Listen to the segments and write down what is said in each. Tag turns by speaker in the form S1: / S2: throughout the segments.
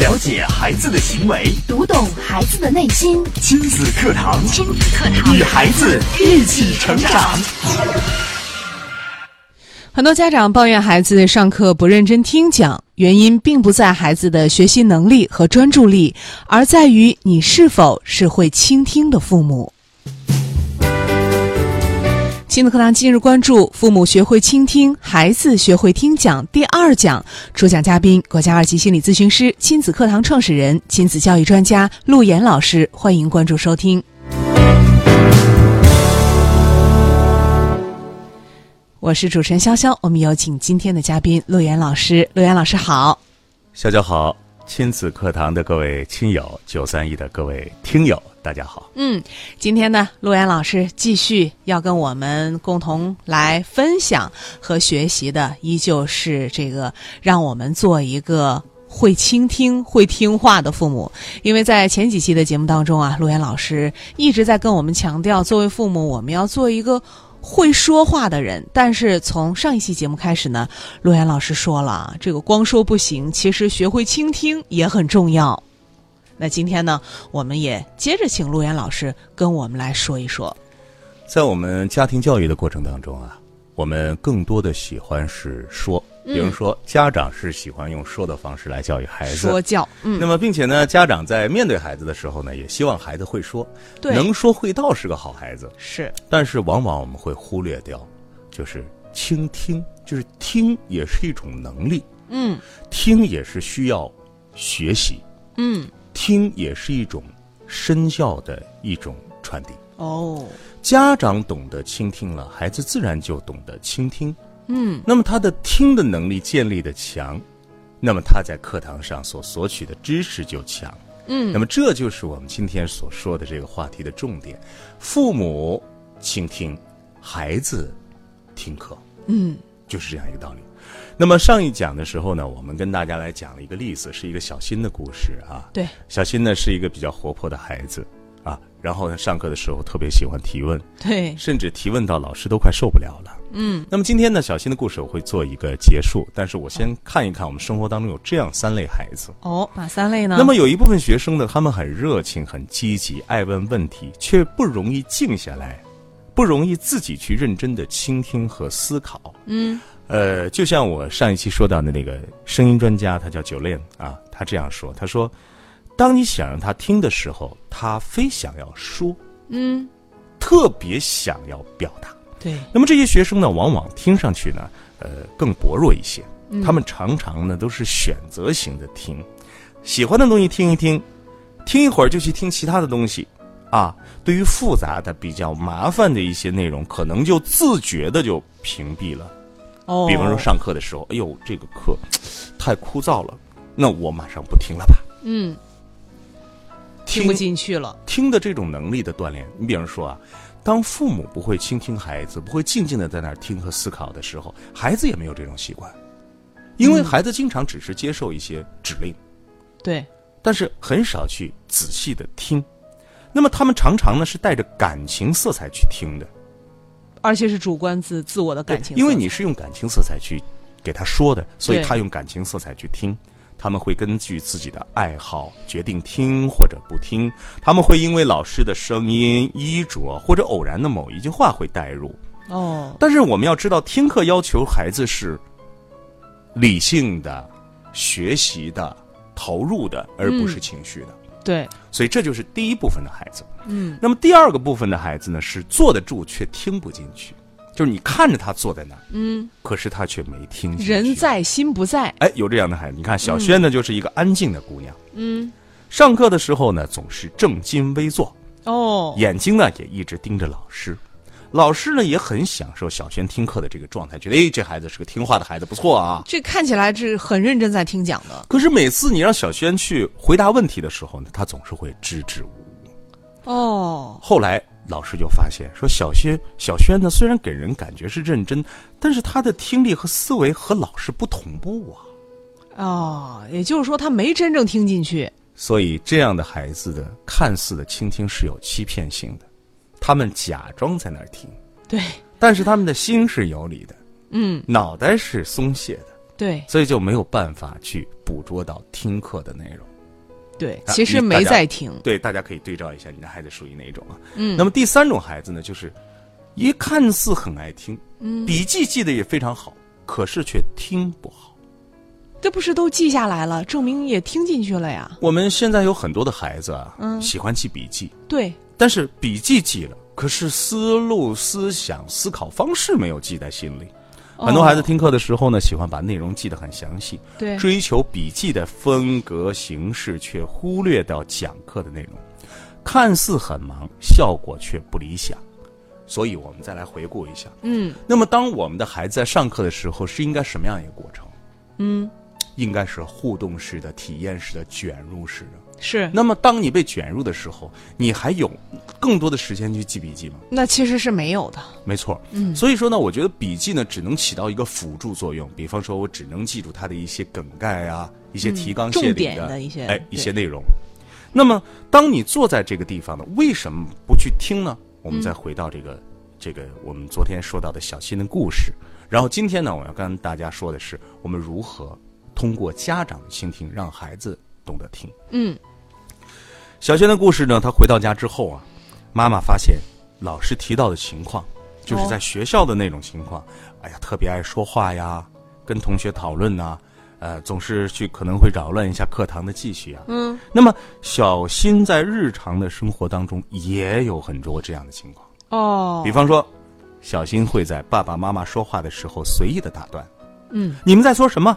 S1: 了解孩子的行为，
S2: 读懂孩子的内心。
S1: 亲子课堂，
S2: 亲子课堂
S1: 与孩子一起成长。
S3: 很多家长抱怨孩子上课不认真听讲，原因并不在孩子的学习能力和专注力，而在于你是否是会倾听的父母。亲子课堂今日关注：父母学会倾听，孩子学会听讲。第二讲，主讲嘉宾国家二级心理咨询师、亲子课堂创始人、亲子教育专家陆岩老师。欢迎关注收听。我是主持人潇潇，我们有请今天的嘉宾陆岩老师。陆岩老师好。
S4: 小家好，亲子课堂的各位亲友，九三一的各位听友，大家好。
S3: 嗯，今天呢，陆岩老师继续要跟我们共同来分享和学习的，依旧是这个让我们做一个会倾听、会听话的父母。因为在前几期的节目当中啊，陆岩老师一直在跟我们强调，作为父母，我们要做一个。会说话的人，但是从上一期节目开始呢，陆岩老师说了啊，这个光说不行，其实学会倾听也很重要。那今天呢，我们也接着请陆岩老师跟我们来说一说。
S4: 在我们家庭教育的过程当中啊，我们更多的喜欢是说，
S3: 嗯
S4: 比如说家长是喜欢用说的方式来教育孩子。
S3: 说教，
S4: 那
S3: 嗯，
S4: 么，并且呢，家长在面对孩子的时候呢，也希望孩子会说，
S3: 对
S4: 能说会道是个好孩子。
S3: 是
S4: 但是，往往我们会忽略掉，就是倾听，就是听也是一种能力，
S3: 嗯
S4: 听也是需要学习，
S3: 嗯，
S4: 听也是一种身教的一种传递。
S3: 哦，
S4: 家长懂得倾听了，孩子自然就懂得倾听。
S3: 嗯，
S4: 那么他的听的能力建立的强，那么他在课堂上所索取的知识就强。
S3: 嗯，
S4: 那么这就是我们今天所说的这个话题的重点：父母倾听，孩子听课。
S3: 嗯，
S4: 就是这样一个道理。那么上一讲的时候呢，我们跟大家来讲了一个例子，是一个小新的故事啊。
S3: 对，
S4: 小新呢是一个比较活泼的孩子啊，然后呢上课的时候特别喜欢提问，
S3: 对，
S4: 甚至提问到老师都快受不了了。
S3: 嗯，
S4: 那么今天呢，小新的故事我会做一个结束，但是我先看一看我们生活当中有这样三类孩子。
S3: 哦，哪三类呢？
S4: 那么有一部分学生呢，他们很热情、很积极，爱问问题，却不容易静下来，不容易自己去认真的倾听和思考。
S3: 嗯，
S4: 呃，就像我上一期说到的那个声音专家，他叫九恋啊，他这样说，他说，当你想让他听的时候，他非想要说，
S3: 嗯，
S4: 特别想要表达。
S3: 对，
S4: 那么这些学生呢，往往听上去呢，呃，更薄弱一些。
S3: 嗯
S4: 他们常常呢都是选择型的听，喜欢的东西听一听，听一会儿就去听其他的东西，啊，对于复杂的、比较麻烦的一些内容，可能就自觉的就屏蔽了。
S3: 哦，
S4: 比方说，上课的时候，哎呦，这个课太枯燥了，那我马上不听了吧。
S3: 嗯，听
S4: 听
S3: 不进去了，
S4: 听的这种能力的锻炼。你比如说啊，当父母不会倾听孩子，不会静静的在那儿听和思考的时候，孩子也没有这种习惯，因为孩子经常只是接受一些指令，
S3: 对，
S4: 但是很少去仔细的听。那么他们常常呢是带着感情色彩去听的，
S3: 而且是主观自自我的感情色彩，
S4: 因为你是用感情色彩去给他说的，所以
S3: 对
S4: 他用感情色彩去听。他们会根据自己的爱好决定听或者不听，他们会因为老师的声音、衣着或者偶然的某一句话会带入。
S3: 哦，
S4: 但是我们要知道，听课要求孩子是理性的、学习的、投入的，而不是情绪的。
S3: 对，
S4: 所以这就是第一部分的孩子。
S3: 嗯，
S4: 那么第二个部分的孩子呢，是坐得住却听不进去，就是你看着他坐在那儿，
S3: 嗯，
S4: 可是他却没听进去。
S3: 人在心不在，
S4: 哎，有这样的孩子，你看小轩呢，就是一个安静的姑娘，
S3: 嗯，
S4: 上课的时候呢，总是正襟危坐，
S3: 哦，
S4: 眼睛呢也一直盯着老师。老师呢也很享受小轩听课的这个状态，觉得哎，这孩子是个听话的孩子，不错啊。
S3: 这看起来是很认真在听讲的，
S4: 可是每次你让小轩去回答问题的时候呢，他总是会支支吾吾。
S3: 哦，
S4: 后来老师就发现，说小轩小轩呢，虽然给人感觉是认真，但是他的听力和思维和老师不同步啊。
S3: 哦，也就是说他没真正听进去，
S4: 所以，这样的孩子的看似的倾听是有欺骗性的，他们假装在那儿听，
S3: 对，
S4: 但是他们的心是有理的，
S3: 嗯，
S4: 脑袋是松懈的，
S3: 对
S4: 所以就没有办法去捕捉到听课的内容。
S3: 对，
S4: 啊
S3: 其实
S4: 你
S3: 没
S4: 大家
S3: 在听，
S4: 对，大家可以对照一下你的孩子属于哪一种啊？
S3: 嗯
S4: 那么第三种孩子呢，就是一看似很爱听，
S3: 嗯
S4: 笔记记得也非常好，可是却听不好。
S3: 这不是都记下来了，证明也听进去了呀？
S4: 我们现在有很多的孩子啊，
S3: 嗯
S4: 喜欢记笔记，
S3: 对，
S4: 但是笔记记了，可是思路、思想、思考方式没有记在心里。很多孩子
S3: 哦
S4: 听课的时候呢，喜欢把内容记得很详细，
S3: 对
S4: 追求笔记的风格形式，却忽略掉讲课的内容，看似很忙，效果却不理想。所以，我们再来回顾一下，
S3: 嗯
S4: 那么当我们的孩子在上课的时候，是应该什么样一个过程？
S3: 嗯
S4: 应该是互动式的、体验式的、卷入式的。
S3: 是那
S4: 那么，当你被卷入的时候，你还有更多的时间去记笔记吗？
S3: 其实是没有的，
S4: 没错，嗯，所以说呢，我觉得笔记呢只能起到一个辅助作用，比方说我只能记住它的一些梗概啊，一些提纲挈
S3: 重
S4: 领
S3: 点的一些
S4: 哎
S3: 对
S4: 一些内容。那么，当你坐在这个地方呢，为什么不去听呢？我们再回到这个、
S3: 嗯
S4: 这个我们昨天说到的小新的故事，然后今天呢，我要跟大家说的是，我们如何通过家长的倾听，让孩子懂得听。
S3: 嗯
S4: 小轩的故事呢，他回到家之后啊，妈妈发现老师提到的情况，就是在学校的那种情况，哎呀，特别爱说话呀，跟同学讨论呐、呃，总是去可能会扰乱一下课堂的秩序啊。
S3: 嗯
S4: 那么，小新在日常的生活当中也有很多这样的情况，
S3: 哦
S4: 比方说，小新会在爸爸妈妈说话的时候随意的打断，
S3: 嗯，
S4: 你们在说什么？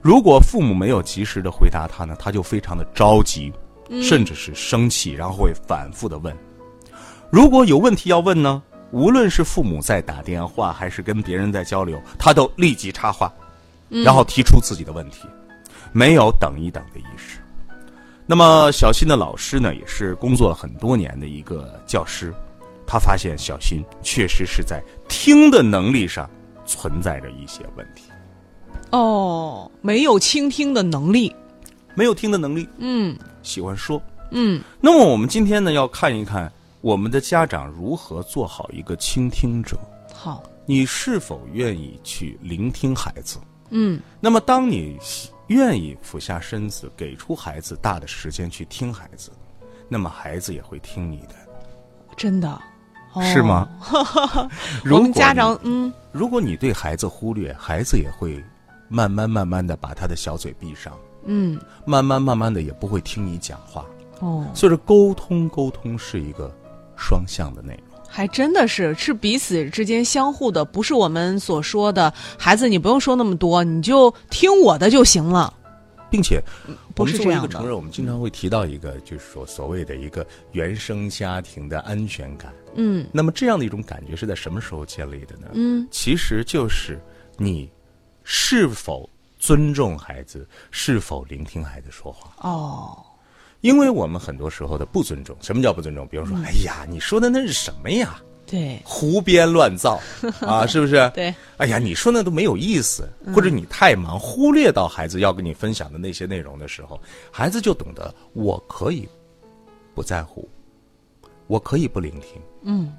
S4: 如果父母没有及时的回答他呢，他就非常的着急，
S3: 嗯
S4: 甚至是生气，然后会反复的问。如果有问题要问呢，无论是父母在打电话还是跟别人在交流，他都立即插话，
S3: 嗯
S4: 然后提出自己的问题，没有等一等的意识。那么小新的老师呢，也是工作了很多年的一个教师，他发现小新确实是在听的能力上存在着一些问题。
S3: 哦，没有倾听的能力，
S4: 没有听的能力，
S3: 嗯
S4: 喜欢说。
S3: 嗯
S4: 那么我们今天呢，要看一看我们的家长如何做好一个倾听者。
S3: 好，
S4: 你是否愿意去聆听孩子？
S3: 嗯
S4: 那么，当你愿意俯下身子，给出孩子大的时间去听孩子，那么孩子也会听你的，
S3: 真的，哦、
S4: 是 吗？？
S3: 我
S4: 如
S3: 们
S4: 果
S3: 家
S4: 你
S3: 长，嗯
S4: 如果你对孩子忽略，孩子也会慢慢慢慢的把他的小嘴闭上，
S3: 嗯
S4: 慢慢慢慢的也不会听你讲话。
S3: 哦，
S4: 所以说，沟通沟通是一个双向的内容。
S3: 还真的是是彼此之间相互的，不是我们所说的孩子，你不用说那么多，你就听我的就行了。
S4: 并且，
S3: 不
S4: 我
S3: 是
S4: 们作为
S3: 这
S4: 一
S3: 样
S4: 个
S3: 的
S4: 成人，我们经常会提到一个，就是说所谓的一个原生家庭的安全感。
S3: 嗯
S4: 那么，这样的一种感觉是在什么时候建立的呢？
S3: 嗯，
S4: 其实就是你是否尊重孩子，是否聆听孩子说话。
S3: 哦，
S4: 因为我们很多时候的不尊重，什么叫不尊重？比如
S3: 嗯
S4: 说，哎呀，你说的那是什么呀？
S3: 对
S4: 胡编乱 造啊，是不是？
S3: 对，嗯
S4: 哎呀，你说那都没有意思，或者你太忙，忽略到孩子要跟你分享的那些内容的时候，孩子就懂得我可以不在乎，我可以不聆听。嗯。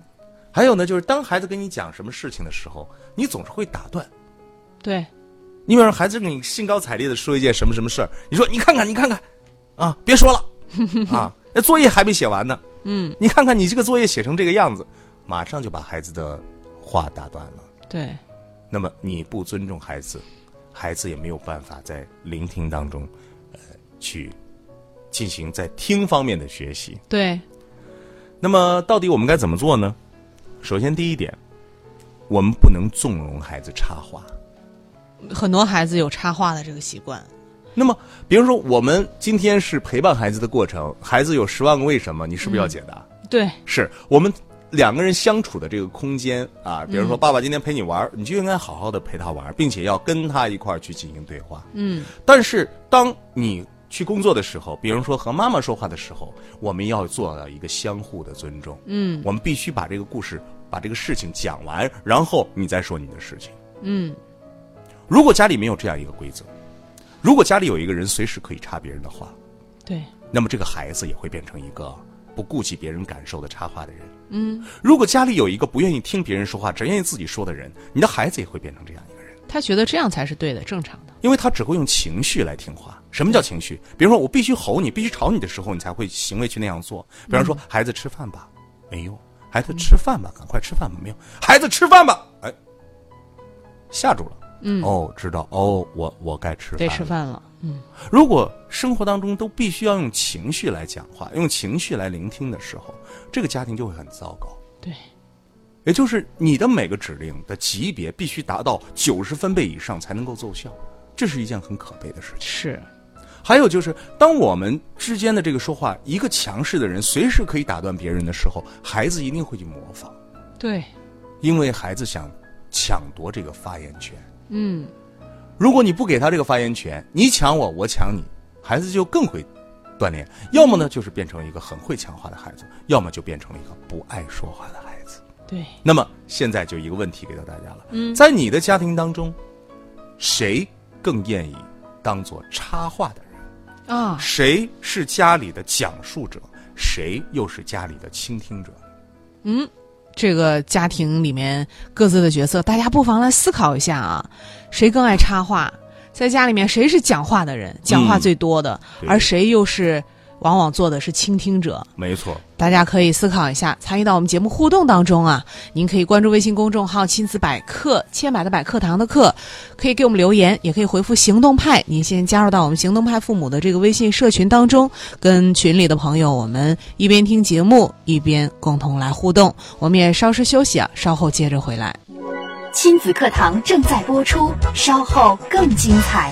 S4: 还有呢，就是当孩子跟你讲什么事情的时候，你总是会打断。
S3: 对，
S4: 你比方说，孩子跟你兴高采烈的说一件什么什么事儿，你说你看看，你看看，啊，别说了，啊，那作业还没写完呢。嗯。你看看你这个作业写成这个样子，马上就把孩子的话打断了。
S3: 对，
S4: 那么你不尊重孩子，孩子也没有办法在聆听当中，呃，去进行在听方面的学习。
S3: 对，
S4: 那么到底我们该怎么做呢？首先，第一点，我们不能纵容孩子插话。
S3: 很多孩子有插话的这个习惯。
S4: 那么，比如说，我们今天是陪伴孩子的过程，孩子有十万个为什么，你是不是要解答？
S3: 对，
S4: 是我们两个人相处的这个空间啊，
S3: 嗯
S4: 比如说爸爸今天陪你玩儿，你就应该好好的陪他玩儿，并且要跟他一块儿去进行对话。
S3: 嗯，
S4: 但是当你去工作的时候，比如说和妈妈说话的时候，我们要做到一个相互的尊重。
S3: 嗯，
S4: 我们必须把这个故事、把这个事情讲完，然后你再说你的事情。
S3: 嗯，
S4: 如果家里没有这样一个规则，如果家里有一个人随时可以插别人的话，
S3: 对，
S4: 那么这个孩子也会变成一个不顾及别人感受的插话的人。
S3: 嗯，
S4: 如果家里有一个不愿意听别人说话，只愿意自己说的人，你的孩子也会变成这样一个人。
S3: 他觉得这样才是对的、正常的。
S4: 因为他只会用情绪来听话。什么叫情绪？比如说，我必须吼你，必须吵你的时候，你才会行为去那样做。比方说，孩子吃饭吧，没用；孩子吃饭吧，赶快吃饭吧，没用；孩子吃饭吧，哎，吓住了。嗯，哦，知道，哦，我我该吃饭，
S3: 得吃。饭了，嗯，
S4: 如果生活当中都必须要用情绪来讲话，用情绪来聆听的时候，这个家庭就会很糟糕。
S3: 对，
S4: 也就是你的每个指令的级别必须达到九十分贝以上才能够奏效，这是一件很可悲的事情。
S3: 是，
S4: 还有就是，当我们之间的这个说话，一个强势的人随时可以打断别人的时候，孩子一定会去模仿，
S3: 对，
S4: 因为孩子想抢夺这个发言权。
S3: 嗯，
S4: 如果你不给他这个发言权，你抢我，我抢你，孩子就更会锻炼。要么呢，就是变成一个很会抢话的孩子；要么就变成了一个不爱说话的孩子。
S3: 对，
S4: 那么现在就一个问题给到大家了，在你的家庭当中，谁更愿意当做插话的人？
S3: 啊，
S4: 谁是家里的讲述者，谁又是家里的倾听者？
S3: 这个家庭里面各自的角色，大家不妨来思考一下啊，谁更爱插话？在家里面谁是讲话的人，讲话最多的，
S4: 对
S3: 而谁又是往往做的是倾听者？
S4: 没错，
S3: 大家可以思考一下，参与到我们节目互动当中啊。您可以关注微信公众号“亲子百科”，千百的百课堂的课，可以给我们留言，也可以回复“行动派”。您先加入到我们行动派父母的这个微信社群当中，跟群里的朋友，我们一边听节目，一边共同来互动。我们也稍事休息啊，稍后接着回来。
S2: 亲子课堂正在播出，稍后更精彩。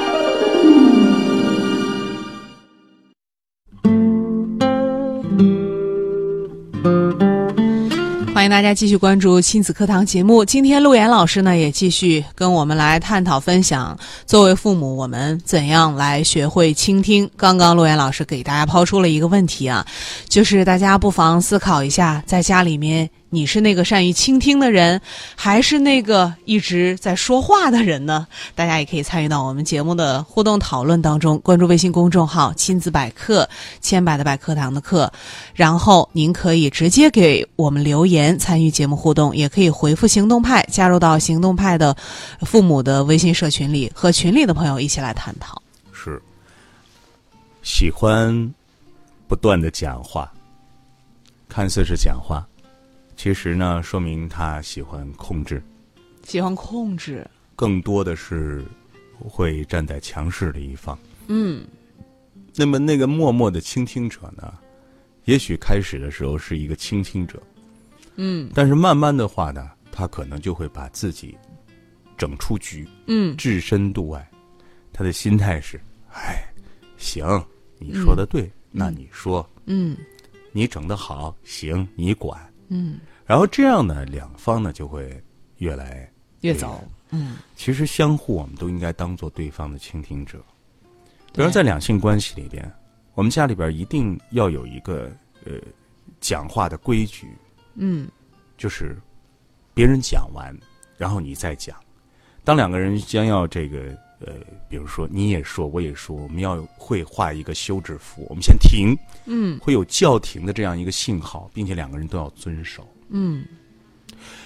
S3: 欢迎大家继续关注亲子课堂节目。今天陆岩老师呢，也继续跟我们来探讨分享，作为父母，我们怎样来学会倾听。刚刚陆岩老师给大家抛出了一个问题啊，就是大家不妨思考一下，在家里面你是那个善于倾听的人，还是那个一直在说话的人呢？大家也可以参与到我们节目的互动讨论当中，关注微信公众号“亲子百科”，千百的百课堂的课，然后您可以直接给我们留言参与节目互动，也可以回复“行动派”加入到行动派的父母的微信社群里，和群里的朋友一起来探讨。
S4: 是喜欢不断的讲话，看似是讲话，其实呢，说明他喜欢控制，
S3: 喜欢控制，
S4: 更多的是会站在强势的一方。嗯，那么那个默默的倾听者呢，也许开始的时候是一个倾听者，
S3: 嗯
S4: 但是慢慢的话呢，他可能就会把自己整出局，
S3: 嗯，
S4: 置身度外。他的心态是：哎，行，你说的对，那你说，
S3: 嗯
S4: 你整的好，行，你管。
S3: 嗯，
S4: 然后这样呢，两方呢就会越来
S3: 越走，嗯，
S4: 其实相互我们都应该当做对方的倾听者。比
S3: 对
S4: 如在两性关系里边，我们家里边一定要有一个呃讲话的规矩，
S3: 嗯，
S4: 就是别人讲完，然后你再讲。当两个人将要这个呃，比如说你也说，我也说，我们要会画一个休止符，我们先停，
S3: 嗯，
S4: 会有叫停的这样一个信号，并且两个人都要遵守。
S3: 嗯，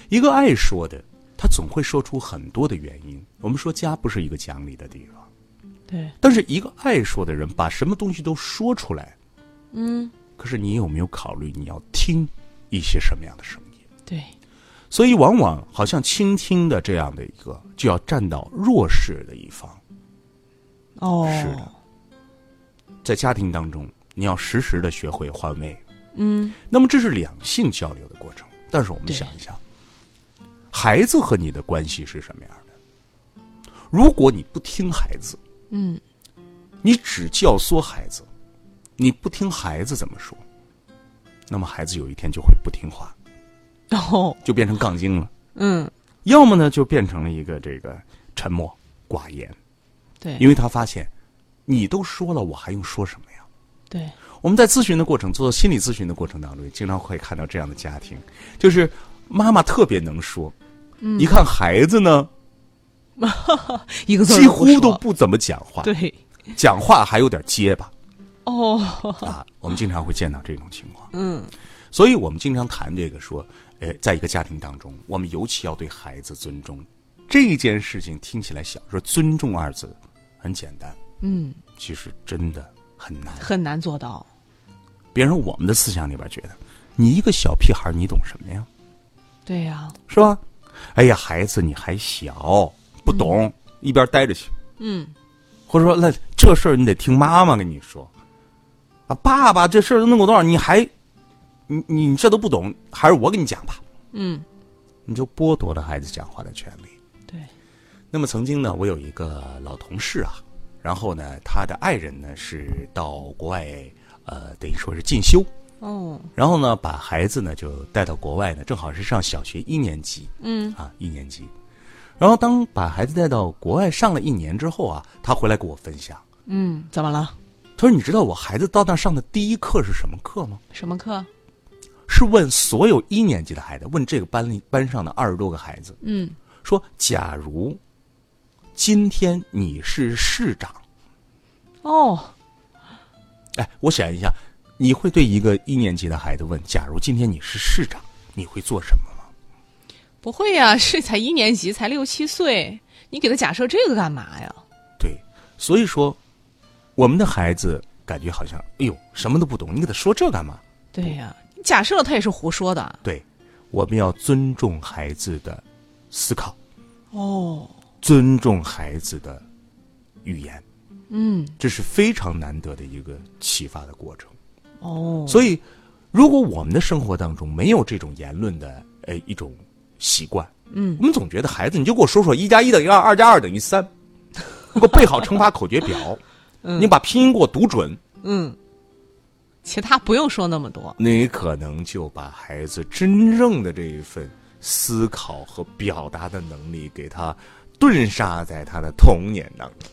S4: 一个爱说的，他总会说出很多的原因。我们说家不是一个讲理的地方，
S3: 对，
S4: 但是一个爱说的人，把什么东西都说出来，
S3: 嗯
S4: 可是你有没有考虑你要听一些什么样的声音？
S3: 对，
S4: 所以，往往好像倾听的这样的一个，就要站到弱势的一方。
S3: 哦，
S4: 是的，在家庭当中，你要时时的学会换位。
S3: 嗯，
S4: 那么，这是两性交流的过程。但是，我们
S3: 对
S4: 想一想，孩子和你的关系是什么样的？如果你不听孩子，
S3: 嗯，
S4: 你只教唆孩子，你不听孩子怎么说，那么孩子有一天就会不听话，
S3: 哦，
S4: 就变成杠精了。
S3: 嗯，
S4: 要么呢，就变成了一个这个沉默寡言。
S3: 对，
S4: 因为他发现，你都说了，我还用说什么呀？
S3: 对，
S4: 我们在咨询的过程，做心理咨询的过程当中，也经常会看到这样的家庭，就是妈妈特别能说，
S3: 嗯
S4: 一看孩子呢，
S3: 一个字儿
S4: 几乎
S3: 不
S4: 都
S3: 说
S4: 不怎么讲话，
S3: 对
S4: 讲话还有点结巴
S3: 哦，
S4: 啊。我们经常会见到这种情况，
S3: 嗯
S4: 所以我们经常谈这个说，呃，在一个家庭当中，我们尤其要对孩子尊重。这件事情听起来小，说尊重二字很简单，
S3: 嗯，
S4: 其实真的很难。
S3: 很难做到。
S4: 别人我们的思想里边觉得，你一个小屁孩儿，你懂什么呀？
S3: 对呀、
S4: 是吧？哎呀，孩子你还小，不懂，一边待着去。
S3: 嗯，
S4: 或者说，那这事儿你得听妈妈跟你说。啊，爸爸，这事儿都弄过多少？你还，你你你这都不懂，还是我给你讲吧。
S3: 嗯，
S4: 你就剥夺了孩子讲话的权利。
S3: 对，
S4: 那么曾经呢，我有一个老同事啊，然后呢，他的爱人呢是到国外，呃，等于说是进修，
S3: 哦，
S4: 然后呢，把孩子呢就带到国外呢，正好是上小学一年级
S3: 嗯
S4: 啊，一年级。然后当把孩子带到国外上了一年之后啊，他回来跟我分享，
S3: 嗯，怎么了？
S4: 他说：“你知道我孩子到那儿上的第一课是什么课吗？
S3: 什么课？
S4: 是问所有一年级的孩子，问这个班里班上的二十多个孩子，
S3: 嗯，
S4: 说：假如今天你是市长，
S3: 哦，
S4: 哎，我想一下，你会对一个一年级的孩子问：假如今天你是市长，你会做什么吗？”
S3: 不会呀、是才一年级，才六七岁，你给他假设这个干嘛呀？
S4: 对，所以说，我们的孩子感觉好像，哎呦，什么都不懂，你给他说这干嘛？
S3: 对呀、你假设了他也是胡说的。
S4: 对，我们要尊重孩子的思考，
S3: 哦，
S4: 尊重孩子的语言，
S3: 嗯，
S4: 这是非常难得的一个启发的过程。
S3: 哦，
S4: 所以，如果我们的生活当中没有这种言论的呃一种习惯，
S3: 嗯
S4: 我们总觉得孩子，你就给我说说一加一等于二，二加二等于三，你给我背好乘法口诀表，
S3: 嗯
S4: 你把拼音给我读准，
S3: 嗯，其他不用说那么多。
S4: 你可能就把孩子真正的这一份思考和表达的能力给他顿杀在他的童年当中。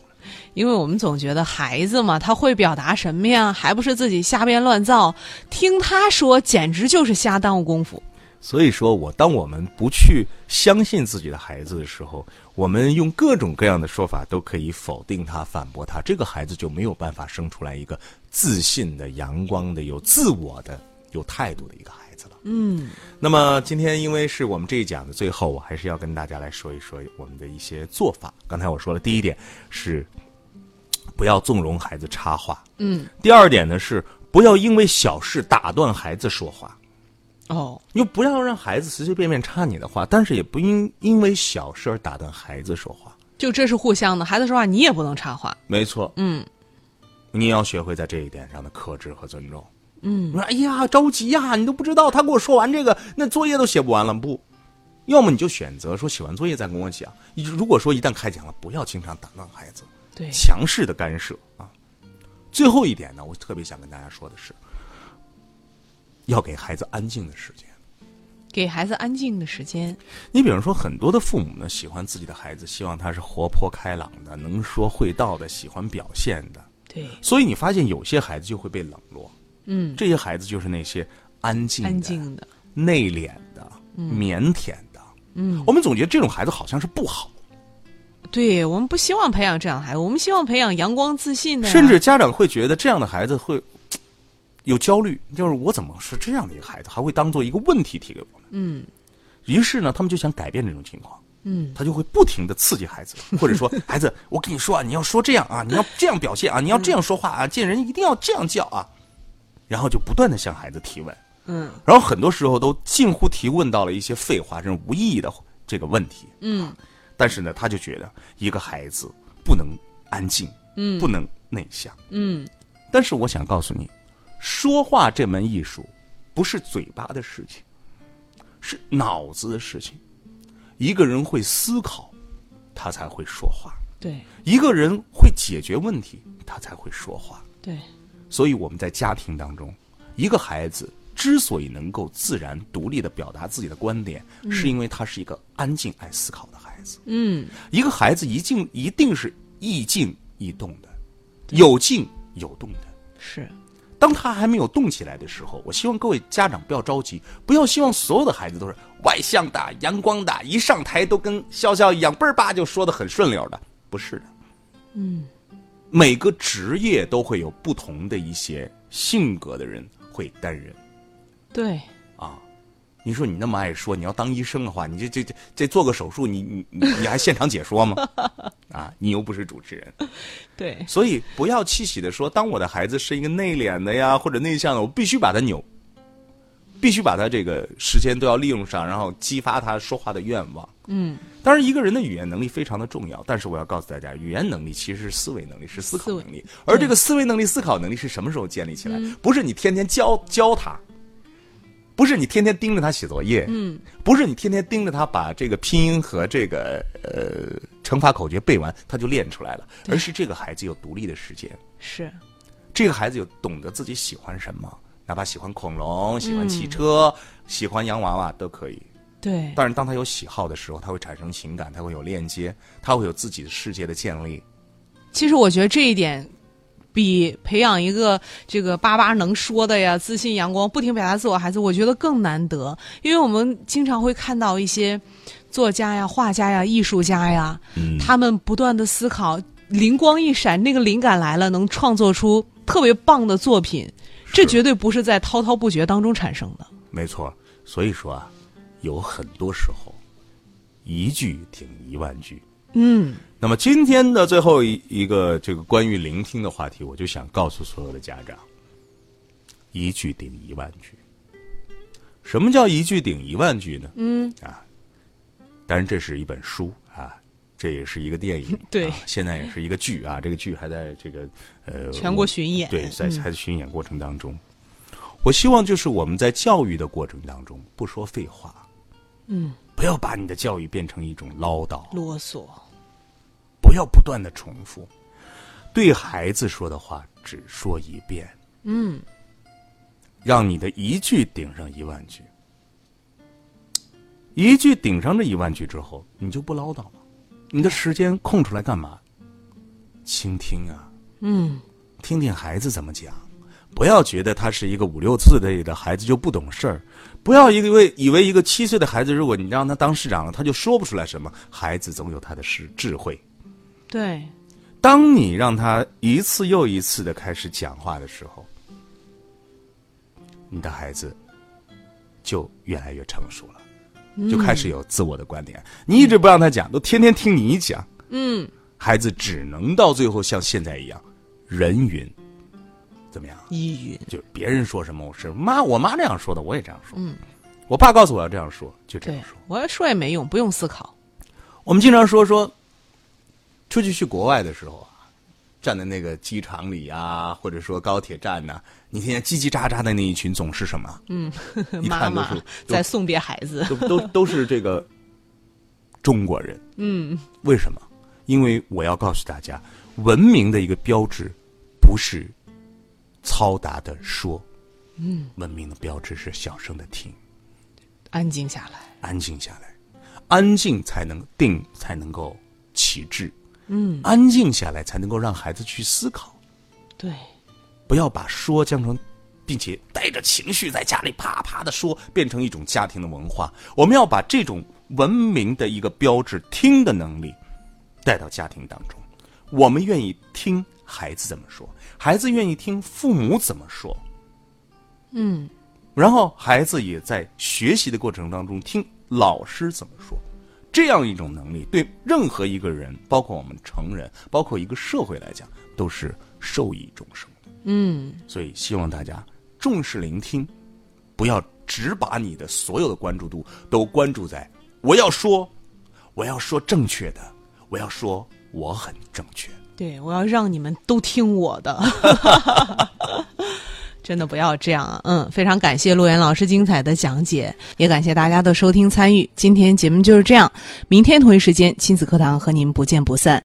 S3: 因为我们总觉得孩子嘛，他会表达什么呀？还不是自己瞎编乱造？听他说，简直就是瞎耽误功夫。
S4: 所以说我当我们不去相信自己的孩子的时候，我们用各种各样的说法都可以否定他、反驳他，这个孩子就没有办法生出来一个自信的、阳光的、有自我的、有态度的一个孩子了。
S3: 嗯，
S4: 那么今天因为是我们这一讲的最后，我还是要跟大家来说一说我们的一些做法。刚才我说了，第一点是不要纵容孩子插话，
S3: 嗯，
S4: 第二点呢是不要因为小事打断孩子说话，
S3: 哦，
S4: 你就不要让孩子随随便便插你的话，但是也不因因为小事而打断孩子说话。
S3: 就这是互相的。孩子说话你也不能插话。
S4: 没错，
S3: 嗯，
S4: 你要学会在这一点上的克制和尊重。嗯，你说哎呀着急呀、你都不知道他跟我说完这个，那作业都写不完了不？要么你就选择说写完作业再跟我讲。如果说一旦开讲了，不要经常打断孩子，
S3: 对，
S4: 强势的干涉啊。最后一点呢，我特别想跟大家说的是，要给孩子安静的时间。
S3: 给孩子安静的时间。
S4: 你比如说，很多的父母呢，喜欢自己的孩子，希望他是活泼开朗的，能说会道的，喜欢表现的。
S3: 对，
S4: 所以你发现有些孩子就会被冷落，
S3: 嗯，
S4: 这些孩子就是那些安静的、
S3: 安静的。
S4: 内敛的、腼腆的。嗯，我们总觉得这种孩子好像是不好，
S3: 对我们不希望培养这样的孩子，我们希望培养阳光自信的呀，
S4: 甚至家长会觉得这样的孩子会嘖有焦虑，就是我怎么是这样的一个孩子，还会当做一个问题提给我们。
S3: 嗯
S4: 于是呢，他们就想改变这种情况。
S3: 嗯，
S4: 他就会不停的刺激孩 子，或者说孩子，我跟你说啊，你要说这样啊，你要这样表现啊，你要这样说话
S3: 嗯
S4: 啊，见人一定要这样叫啊，然后就不断的向孩子提问，
S3: 嗯，
S4: 然后很多时候都近乎提问到了一些废话，这种无意义的这个问题，嗯，但是呢，他就觉得一个孩子不能安静，嗯，不能内向，
S3: 嗯，
S4: 但是我想告诉你，说话这门艺术不是嘴巴的事情，是脑子的事情。一个人会思考，他才会说话；
S3: 对
S4: 一个人会解决问题，他才会说话。
S3: 对，
S4: 所以我们在家庭当中，一个孩子之所以能够自然独立的表达自己的观点，是因为他是一个安静、爱思考的孩子。
S3: 嗯，
S4: 一个孩子一定一定是一静一动的，有静有动的。
S3: 是，
S4: 当他还没有动起来的时候，我希望各位家长不要着急，不要希望所有的孩子都是外向的、阳光的，一上台都跟潇潇一样倍儿吧就说的很顺溜的，不是的。每个职业都会有不同的一些性格的人会担任。
S3: 对，
S4: 你说你那么爱说，你要当医生的话，你这这这这做个手术，你你你你还现场解说吗？啊，你又不是主持人，
S3: 对，
S4: 所以不要气喜的说，当我的孩子是一个内敛的呀，或者内向的，我必须把他扭，必须把他这个时间都要利用上，然后激发他说话的愿望。
S3: 嗯，
S4: 当然，一个人的语言能力非常的重要，但是我要告诉大家，语言能力其实是思维能力，是思考
S3: 思维嗯
S4: 能力。而这个思维能力、思考能力是什么时候建立起来？不是你天天教教他，不是你天天盯着他写作业，嗯，不是你天天盯着他把这个拼音和这个呃乘法口诀背完，他就练出来了，而是这个孩子有独立的时间，
S3: 是，
S4: 这个孩子有懂得自己喜欢什么，哪怕喜欢恐龙、喜
S3: 嗯
S4: 欢汽车、喜欢洋娃娃都可以。
S3: 对，
S4: 但是当他有喜好的时候，他会产生情感，他会有链接，他会有自己的世界的建立。
S3: 其实我觉得这一点，比培养一个这个巴巴能说的呀、自信阳光、不停表达自我孩子，我觉得更难得。因为我们经常会看到一些作家呀、画家呀、艺术家呀，他们不断的思考，灵光一闪，那个灵感来了，能创作出特别棒的作品。这绝对不是在滔滔不绝当中产生的。
S4: 没错，所以说啊，有很多时候，一句顶一万句。
S3: 嗯，
S4: 那么今天的最后一一个这个关于聆听的话题，我就想告诉所有的家长：一句顶一万句。什么叫一句顶一万句呢？嗯啊，当然这是一本书啊，这也是一个电影，
S3: 对
S4: 啊现在也是一个剧啊，这个剧还在这个呃
S3: 全国巡演嗯
S4: 对，在在巡演过程当中，我希望就是我们在教育的过程当中不说废话，嗯，不要把你的教育变成一种唠叨，
S3: 啰嗦，
S4: 不要不断的重复，对孩子说的话只说一遍，
S3: 嗯，
S4: 让你的一句顶上一万句，一句顶上这一万句之后，你就不唠叨了，你的时间空出来干嘛？倾听啊，
S3: 嗯，
S4: 听听孩子怎么讲，不要觉得他是一个五六岁的的孩子就不懂事儿，不要因为以为一个七岁的孩子，如果你让他当市长了，他就说不出来什么。孩子总有他的智智慧，
S3: 对，
S4: 当你让他一次又一次的开始讲话的时候，你的孩子就越来越成熟了，就开始有自我的观点。你一直不让他讲，都天天听你讲，
S3: 嗯，
S4: 孩子只能到最后像现在一样，人云，怎么样？
S3: 依云，
S4: 就是别人说什么，我是妈，我妈这样说的，我也这样说。嗯，我爸告诉我要这样说，就这
S3: 对
S4: 样说。，
S3: 我要说也没用，不用思 考。
S4: 我们经常说说，出去去国外的时候啊，站在那个机场里啊，或者说高铁站呐、你天天叽叽喳喳的那一群总是什么？一
S3: 妈
S4: 看都
S3: 妈
S4: 是
S3: 在送别孩子，
S4: 都都都是这个中国人。嗯，为什么？因为我要告诉大家，文明的一个标志不是嘈杂的说，嗯，文明的标志是小声的听。
S3: 安静下来。
S4: 安静下来，安静才能定，才能够启智。嗯，安静下来才能够让孩子去思考，
S3: 对，
S4: 不要把说讲成，并且带着情绪在家里啪啪的说，变成一种家庭的文化。我们要把这种文明的一个标志——听的能力，带到家庭当中。我们愿意听孩子怎么说，孩子愿意听父母怎么说。
S3: 嗯，
S4: 然后孩子也在学习的过程当中听老师怎么说，这样一种能力对任何一个人，包括我们成人，包括一个社会来讲，都是受益终生的。
S3: 嗯，
S4: 所以希望大家重视聆听，不要只把你的所有的关注度都关注在我要说，我要说正确的，我要说我很正确。
S3: 对，我要让你们都听我的，真的不要这样啊！嗯，非常感谢陆岩老师精彩的讲解，也感谢大家的收听参与。今天节目就是这样，明天同一时间亲子课堂和您不见不散。